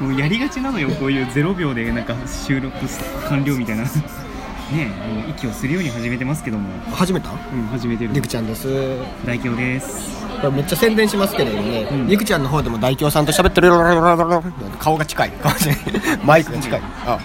もうやりがちなのよこういう0秒でなんか収録完了みたいなねえもう息をするように始めてますけども始めたうん始めてりるくちゃんです大京ですこれめっちゃ宣伝しますけれどもね、んりくちゃんの方でも大京さんと喋ってる顔が近い かもしれないマイクが近いあ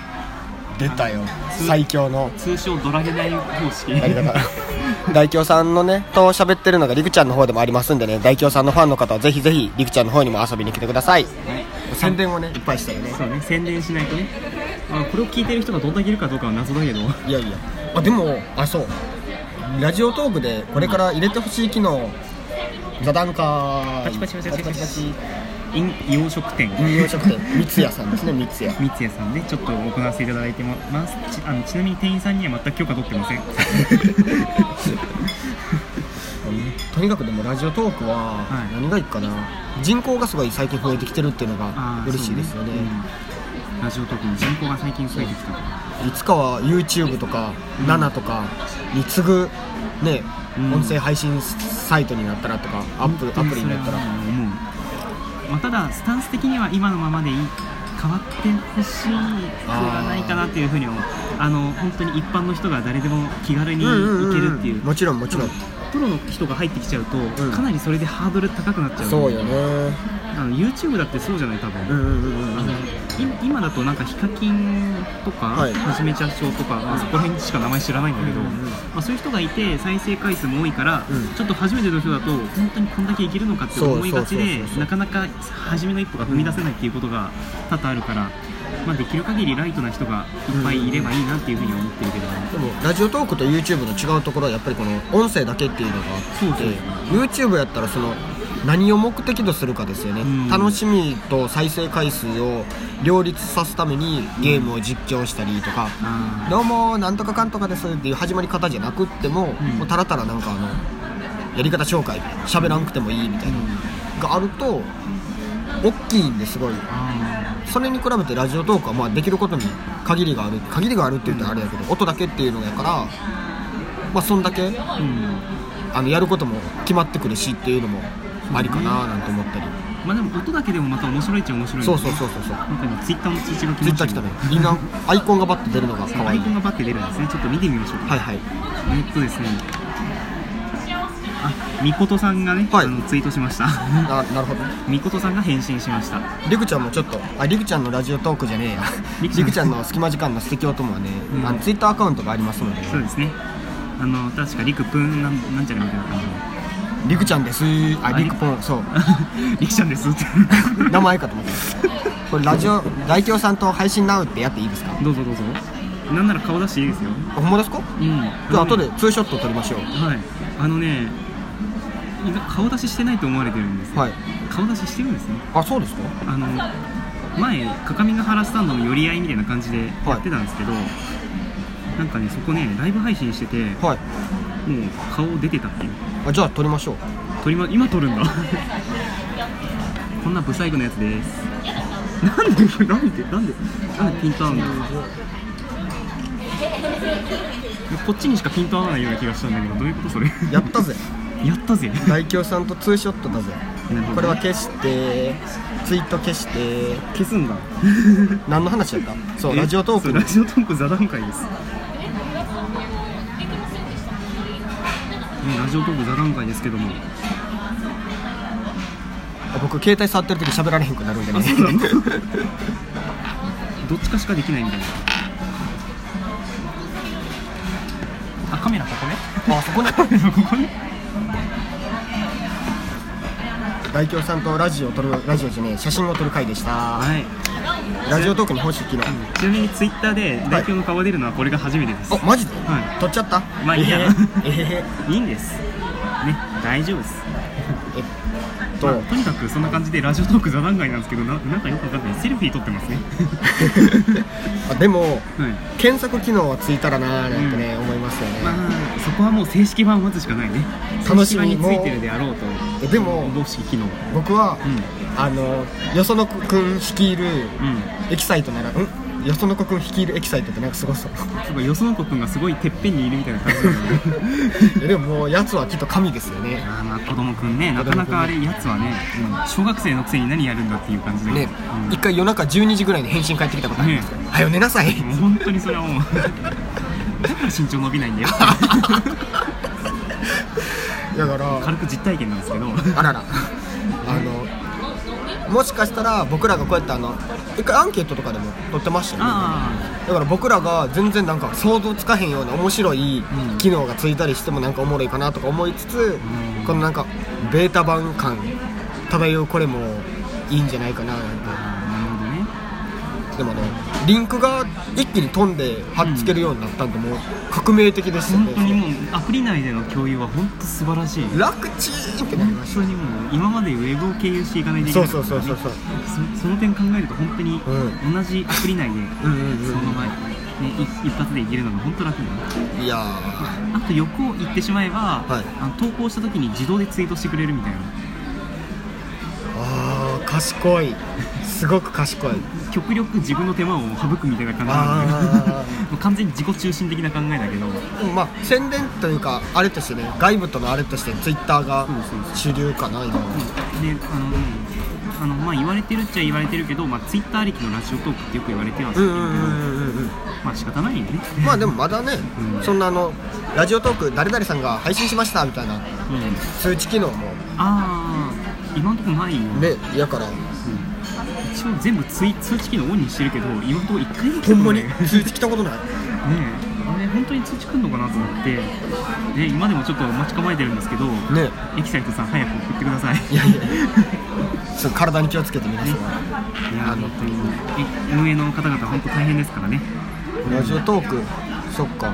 出たよ最強の通称ドラゲダイ方式やり方 大京さんのねと喋ってるのがりくちゃんの方でもありますんでね大京さんのファンの方はぜひぜひりくちゃんの方にも遊びに来てくださいはい宣伝をねいっぱいしたよねそうね宣伝しないとねあこれを聞いてる人がどんだけいるかどうかは謎だけどいやいやあでもあそうラジオトークでこれから入れてほしい機能座談会パチパチパチパチパチパパチ飲洋食店飲料食店三ツ矢さんですね三ツ矢三ツ矢さんでちょっと行わせていただいてますちあのちなみに店員さんには全く許可取ってませんとにかくでもラジオトークははい何がいいかな、人口がすごい最近増えてきてるっていうのが あー嬉しいですよねそううんラジオ特に人口が最近増えてきたからいつかは YouTube とかうん7とかに次ぐね、うん音声配信サイトになったらとかアップアプリになっ本当にそたられは思う、まあ、ただスタンス的には今のままでいい変わってほしくはないかなっていうふうに思うあの本当に一般の人が誰でも気軽に行けるっていう,、もちろんもちろん、プロの人が入ってきちゃうと、んかなりそれでハードル高くなっちゃうそうよねあの YouTube だってそうじゃない多分、うんうんうんうあんの今今だとなんかヒカキンとか、はいはじめちゃんしょうとか、まあ、そこら辺しか名前知らないんだけど、うんうんまあ、そういう人がいて再生回数も多いから、うんちょっと初めての人だと本当にこんだけいけるのかって思いがちそうそうそでうそうそうなかなか初めの一歩が踏み出せないっていうことが多々あるから、まあ、できる限りライトな人がいっぱいいればいいなっていうふうに思ってるけど、でもラジオトークと YouTube の違うところはやっぱりこの音声だけっていうのがそうあっそてう YouTube やったらその何を目的とするかですよね、うん楽しみと再生回数を両立さすためにゲームを実況したりとか、あーどうもなんとかかんとかですっていう始まり方じゃなくっても,、んもうたらたらなんかあのやり方紹介喋らんくてもいいみたいな、があると大きいんですごいあそれに比べてラジオトークはまあできることに限りがある限りがあるって言ったらあれだけど、音だけっていうのやからまあそんだけーうんあのやることも決まってくるしっていうのもありかななんて思ったり、まあ、でも音だけでもまた面白いっちゃ面白いそようねそうそうそうそうなんか今ツイッターの通知が来ツイまッしタたー来けたどねみんなアイコンがバッて出るのが可ア愛いイコンがバッて出るんですねちょっと見てみましょうか、はいはいえっとですねあみことさんがね、はいあのツイートしました ななるほどねみことさんが返信しましたりくちゃんもちょっとありくちゃんのラジオトークじゃね えやりりくちゃんくちゃんの隙間時間の素敵お供はね、うんあのツイッターアカウントがありますのでそうですねあの確かりくぷんなんなんちゃらみたいな感じのりくちゃんですあありくぽんそう りくちゃんですって名前かと思ってこれラジオ大京さんと配信ナウってやっていいですかどうぞどうぞなんなら顔出していいですよあほんまですかうんじゃあ後でツーショット撮りましょうはいあのね意外顔出ししてないと思われてるんですよはい顔出ししてるんですねあそうですかあの前各務原スタンドの寄り合いみたいな感じでやってたんですけど、なんかねそこねライブ配信しててもはいう顔出てたっていうあじゃあ撮りましょう撮り、ま、今撮るんだこんなブサイクなやつですなんでなんでなんでなんでピント合うんだこっちにしかピント合わないような気がしたんだけどどういうことそれやっ たぜやったぜ大京さんとツーショットだぜなるほどこれは消してツイート消して消すんだ何の話やったそうえラジオトークそうのラジオトーク座談会です、ね、ラジオトーク座談会ですけどもあ僕携帯触ってる時喋られへんくなるんでねあそうなのどっちかしかできないみたいなあカメラここねあそこねカメラここ ね大京さんとラジオを撮るラジオじゃねえ写真を撮る回でしたはいラジオトークに欲しい機能ちなみにツイッターで代表の顔出るのはこれが初めてです、あマジでは撮っちゃったまあいいやえへへえへへい、いいんですね大丈夫です、えっとまあ、とにか くそんな感じでラジオトーク座談会なんですけどななんかよくわかんないセルフィー撮ってますねあでもはい検索機能はついたらなーなんてね、思いますよね、まあそこはもう正式版を待つしかないね楽しみ正式版についてるであろうとえでも公式機能うん僕は、うあのよそのくん率いるエキサイトならんよその子くん率いるエキサイトってなんかすご そうそうかよその子くんがすごいてっぺんにいるみたいな感じだ よねいやでももうやつはきっと神ですよねあーまあ子供くんねなかなかあれやつはね、うん小学生のくせに何やるんだっていう感じで、ねうん一回夜中12時ぐらいに返信返ってきたことありますよ「はよ寝なさい」もう本当にそれは もうだから身長伸びないんだよだから軽く実体験なんです けどあららあのもしかしたら僕らがこうやってあの一回アンケートとかでも取ってましたよねあだから僕らが全然なんか想像つかへんような面白いうん機能がついたりしてもなんかおもろいかなとか思いつつ、んこのなんかベータ版感漂うこれもいいんじゃないかなあなるほどねでもねリンクが一気に飛んで貼っつけるようになったんで、もう革命的ですよ本当にねもうアプリ内での共有は本当素晴らしい楽ちんってなりま本し当にもう今までウェブを経由していかないとたいけそなういそうそうそうそうそその点考えると本当にう同じアプリ内でうんうんそのうん前ねい一発でいけるのが本当楽だないやーあと横を行ってしまえば、はいあの投稿した時に自動でツイートしてくれるみたいなあー賢いすごく賢い極力自分の手間を省くみたいな感じなんだあけど もう完全に自己中心的な考えだけどまあ宣伝というかあれとしてね外部とのあれとしてツイッターがそうそうそ主流かなで今はあのあのまあ言われてるっちゃ言われてるけど、まあ、ツイッター歴のラジオトークってよく言われてはすうるけんど、うんうんうんうんまあ仕方ないよねまあでもまだね、うんそんなあのラジオトーク誰々さんが配信しましたみたいなうん通知機能もああ今んとこないよ、ねやからうん一応全部ツイ通知機能オンにしてるけど今んとこ一回も来ほたんこまとにね通知来たことないねえあれ本当に通知来るのかなと思ってで今でもちょっと待ち構えてるんですけど、ねエキサイトさん早く送ってくださいいやいやそう体に気をつけて皆さんいやー本当にえ運営の方々本当大変ですからねラジオトークそっか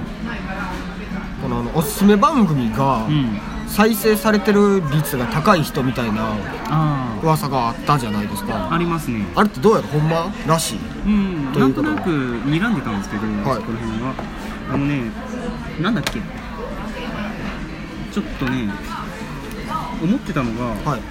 このあのおすすめ番組がうん再生されてる率が高い人みたいなあ噂があったじゃないですかあありますねあれってどうやらほんまらしいうんとないうんこととなく睨んでたんですけど、はこのい辺はあのねなんだっけちょっとね思ってたのが、はい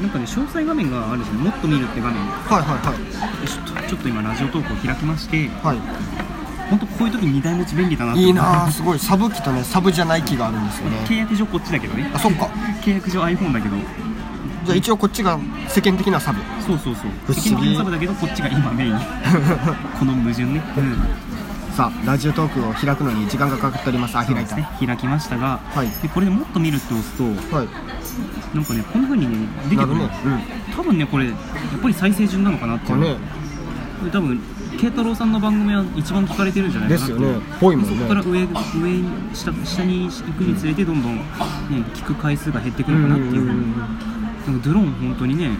なんかね詳細画面があるんですよもっと見るって画面よはいはいいしょちょちょっと今ラジオトークを開きましてはいは本当こういう時に2台持ち便利だなとい思いいなあすごいサブ機とねサブじゃない機があるんですよ契ね約上こっちだけどねあそっか契約上 iPhone だけどじゃあ一応こっちが世間的な サブそうそうそう不思議世間的なサブだけどこっちが今メインこの矛盾ね、うんさあラジオトークを開くのに時間がかかっておりますあそう開でいすた、ね開きましたが、はいでこれでもっと見るって押すとはいなんかねこんな風にね出てなくるるね多分ねこれやっぱり再生順なのかなってういんう、ねで多分慶太郎さんの番組は一番聞かれてるんじゃないでかなすとよねぽいもそんこからね上上に下下に行くにつれてどんどん、ね、聞く回数が減ってくうるのんかうなっていんうう、んうなんんかドローン本当にね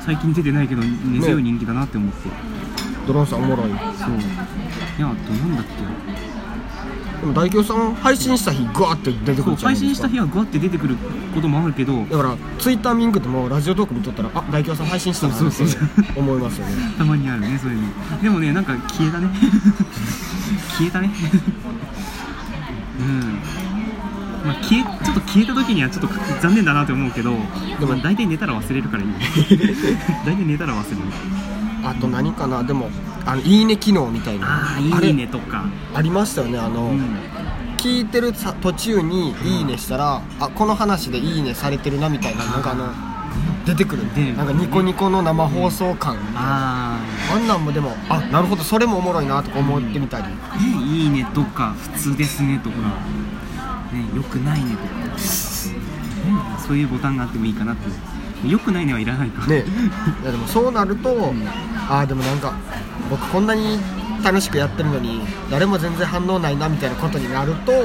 最近出てないけど根強い人気だなって思って、ドローンさんおもろいそういやあとなんだっけでも大京さん配信した日グワーって出てくそるうじゃ配ないで信すしかた日はグワって出てくることもあるけどだからツイッターミングでもラジオトーク見とったらあ大京さん配信したなってそうそうそう思いますよねたまにあるねそういうのでもねなんか消えたね 消えたねうんまあ、消えちょっと消えた時にはちょっと残念だなって思うけどででもも大体寝たら忘れるからいい 大体寝たら忘れるあと何かなでもあのいいね機能みたいなああいいねとかあれありましたよねあの、うん聞いてるさ途中に「いいね」したら、あこの話で「いいね」されてるなみたいななんかあの出てくる出るなんかニコニコの生放送感、ああんなんもでもあなるほどそれもおもろいなとか思ってみたり、あいいねとか普通ですねとかね良くないねとか、 ねそういうボタンがあってもいいかなって良くないねはいらないか ねいやでもそうなると、あでもなんか僕こんなに楽しくやってるのに誰も全然反応ないなみたいなことになると、ん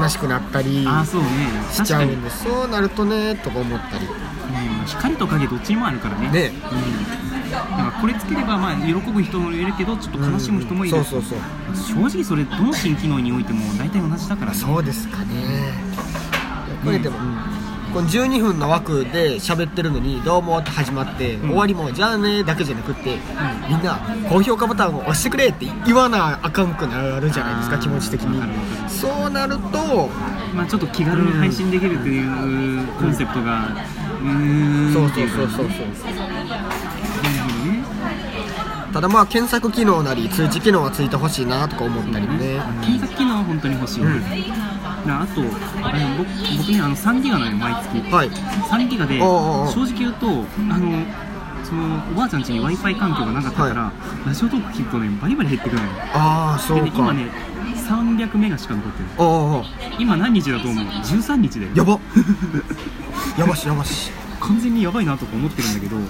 悲しくなったりああそうねし確ちゃかうに、んでそうなるとねとか思ったりうん光と影どっちにもあるからねねうん、だからこれつければまあ喜ぶ人もいるけどちょっと悲しむ人もいる、そうそうそう正直それどの新機能においても大体同じだからねそうですかねこれでも、この12分の枠で喋ってるのに「どうも」って始まって、ん終わりも「じゃあね」だけじゃなくって、みんな高評価ボタンを押してくれって言わなあかんくなるじゃないですかあー気持ち的にわかるわかるそうなるとまあ、ちょっと気軽に配信できるというコンセプトがうーんそうってそいうかそうそうそうなるほどねただまあ検索機能なり通知機能はついてほしいなとか思ったりね、検索機能は本当に欲しい、うんなあとあの僕僕ねあの3ギガなのよ毎月はい3ギガでおうおうおう正直言うとあのそのおばあちゃん家に w i f i 環境がなかったから、ラジオトーク聞くとねバリバリ減ってくるのよああそうでねか今ね300メガしか残ってるおうおうおう今何日だと思う13日だよやば やばしやばし完全にやばいなとか思ってるんだけどね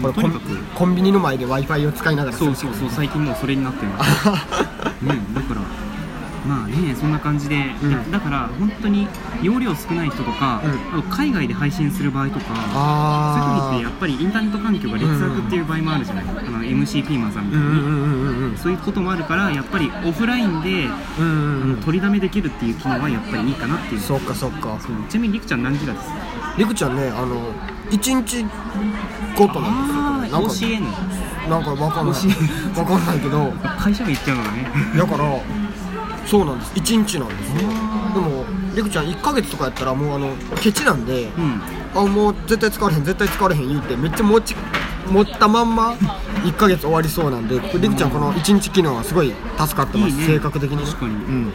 えこもれうコとにかンくコンビニの前で w i f i を使いながらそうそうそう最近もうそれになってますね、だからまあねそんな感じで、うんだだから本当に容量少ない人とか、うあと海外で配信する場合とかそういう時っあてやあっぱりインターネット環境が劣悪っていう場合もあるじゃない、あの MC ピーマンさんみたういんに、うんうんうんうんそういうこともあるからやっぱりオフラインで、うんうんうあのん取りだめできるっていう機能はやっぱりいいかなっていうそうかそうかそうちなみにりくちゃん何ギガですりくちゃんねあの1日ごとなんですあよこーれ OCN なんかなんかわかんないわかんないけど会社名言っちゃうのがねだからそうなんです1日なんですよでもりくちゃん1ヶ月とかやったらもうあのケチなんでうんあもう絶対使われへん絶対使われへん言うてめっちゃ持ち持ったまんま1ヶ月終わりそうなんでりくちゃんこの1日機能はすごい助かってますいいね性格的に確かにうん、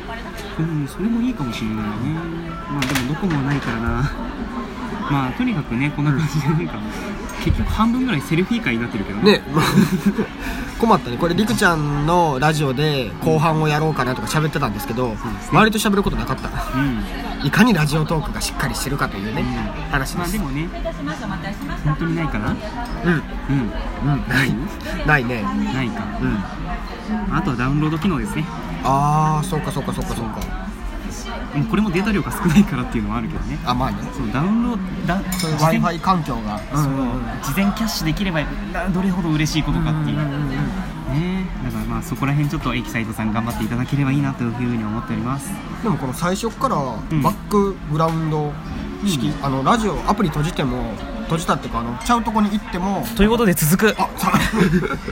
うん、それもいいかもしれないね。まあでもどこもないからな。 まあとにかくね、こんな感じでなんか、結局半分ぐらいセルフィー会になってるけどね 困ったねこれりくちゃんのラジオで後半をやろうかなとか喋ってたんですけど、ですね周りと喋ることなかったうん。うんいかにラジオトークがしっかりしてるかというね、話でまあすでもね、本当にないかなうんうん。うんないないねないか。うんあとはダウンロード機能ですね。ああそうかそうかそうかそうかもうこれもデータ量が少ないからっていうのはあるけどね。あまあねそう、ダウンロード、だそういう事 w 前 i f i 環境がそう事前キャッシュできればなどれほど嬉しいことかっていう。うんうんうんうんねだからまあそこら辺ちょっとエキサイトさん頑張っていただければいいなというふうに思っております。でもこの最初からバんックグラウンド式、うあのラジオアプリ閉じても閉じたっていうかあのちゃうとこに行ってもということで続くあさ